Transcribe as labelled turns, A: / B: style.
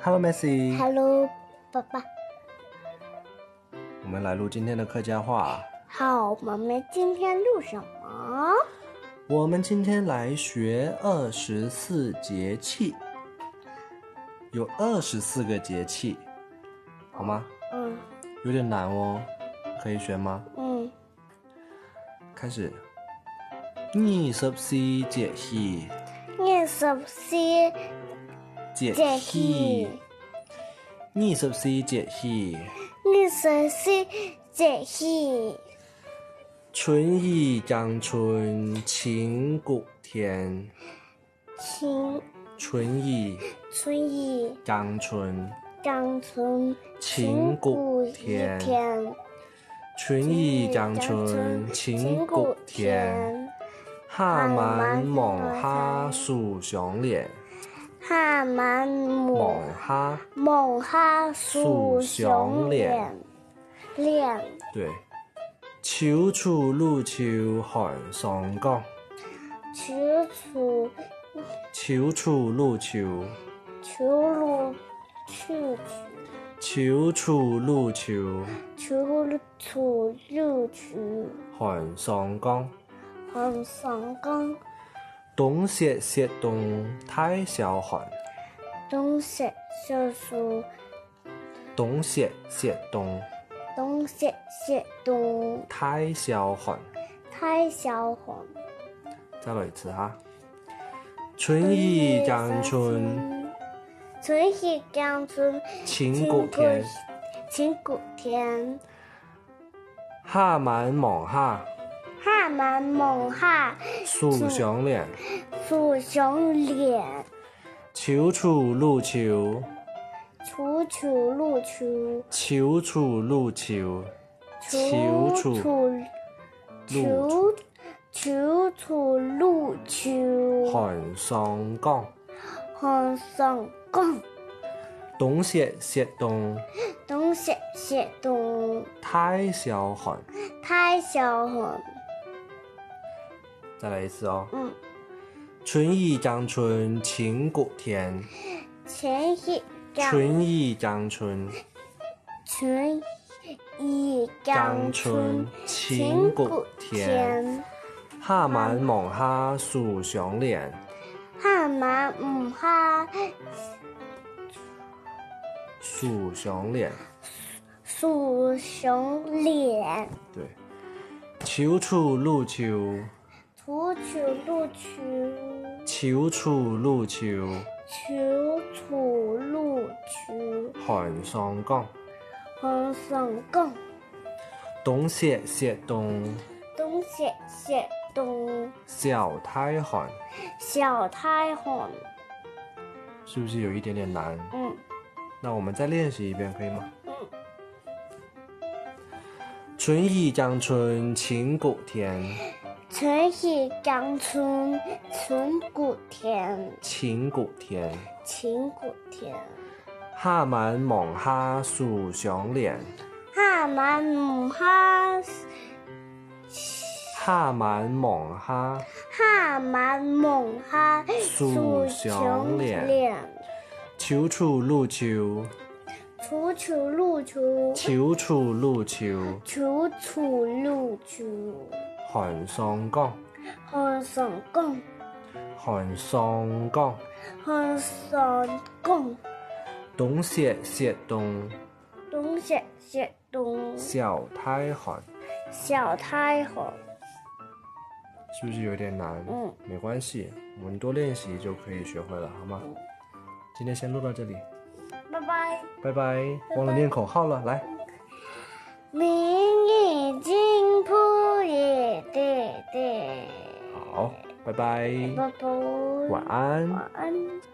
A: Hello, Messi。
B: Hello，爸爸，
A: 我们来录今天的客家话。
B: 好，我们今天录什么？
A: 我们今天来学二十四节气，有二十四个节气，好吗？
B: 嗯
A: 有点难哦，可以学吗？
B: 嗯，
A: 开始。二十四节气，
B: 二十四
A: 节
B: 节
A: 气
B: 气，，
A: 二十四节气，
B: 二十四节气，
A: 春意将春晴谷天，
B: 晴
A: 春意
B: 春意
A: 将春。
B: 长春
A: 晴谷
B: 一
A: 天
B: 天，
A: 春意将春晴谷天，，夏满望下树上莲，
B: 夏满
A: 望
B: 望
A: 下
B: 望下
A: 树
B: 树
A: 上
B: 上
A: 莲
B: 莲，莲
A: 对。秋处露秋寒上岗，
B: 此处。
A: 秋处露秋，
B: 求如去
A: 秋处露秋
B: 求处六曲
A: 寒上岗。
B: 黄上岗，
A: 冬雪雪冻太小寒，
B: 东雪小树，
A: 冬雪雪冻
B: 东雪雪冬
A: 太小寒。
B: 太小黄。
A: 再来一次哈。春意将春
B: 春喜江春，
A: 晴谷天。
B: 晴谷天，
A: 夏满望下，
B: 夏满梦夏
A: 树上莲。
B: 树上脸，
A: 秋处露秋，
B: 楚楚露秋，
A: 秋处露秋，
B: 楚
A: 楚
B: 楚
A: 露
B: 求求楚路求
A: 寒霜降。
B: 寒上岗，
A: 冬雪雪冻
B: 冬雪雪冬
A: 太小寒。
B: 太小寒。
A: 再来一次哦。
B: 嗯，
A: 春意将春晴谷天，
B: 前一江
A: 春意将春
B: 春一
A: 江春
B: 江春
A: 晴谷
B: 谷
A: 天。
B: 天，
A: 夏满望下树上莲。
B: 汉马五哈
A: 树上脸，
B: 树熊脸，
A: 对。秋处露秋，
B: 楚楚路求
A: 秋处露秋，
B: 求楚路求
A: 寒霜降。
B: 寒上岗。
A: 冬雪雪冬，
B: 冬雪雪冬，
A: 小太寒，
B: 小太寒。
A: 是不是有一点点难？
B: 嗯
A: 那我们再练习一遍，可以吗？
B: 嗯，
A: 春意将春晴谷天，
B: 春喜江春春谷田，
A: 晴谷天。
B: 晴谷田。
A: 夏满望下树上莲，
B: 夏满五哈，
A: 夏满望下，
B: 夏满孟哈，
A: 树上脸秋处露秋，
B: 楚楚露楚，
A: 秋处露秋，
B: 楚楚露楚，
A: 寒霜降。
B: 寒上岗，
A: 寒霜降，
B: 寒上岗。
A: 冬雪雪冬，
B: 冬雪雪冬，
A: 小太寒，
B: 小太寒。
A: 是不是有点难？
B: 嗯，
A: 没关系，我们多练习就可以学会了，好吗？
B: 嗯
A: 今天先录到这里，
B: 拜拜。
A: 拜拜。忘了念口号了，来，
B: 明已经铺野地地，
A: 好，拜拜，
B: 拜拜，
A: 晚安。
B: 晚安。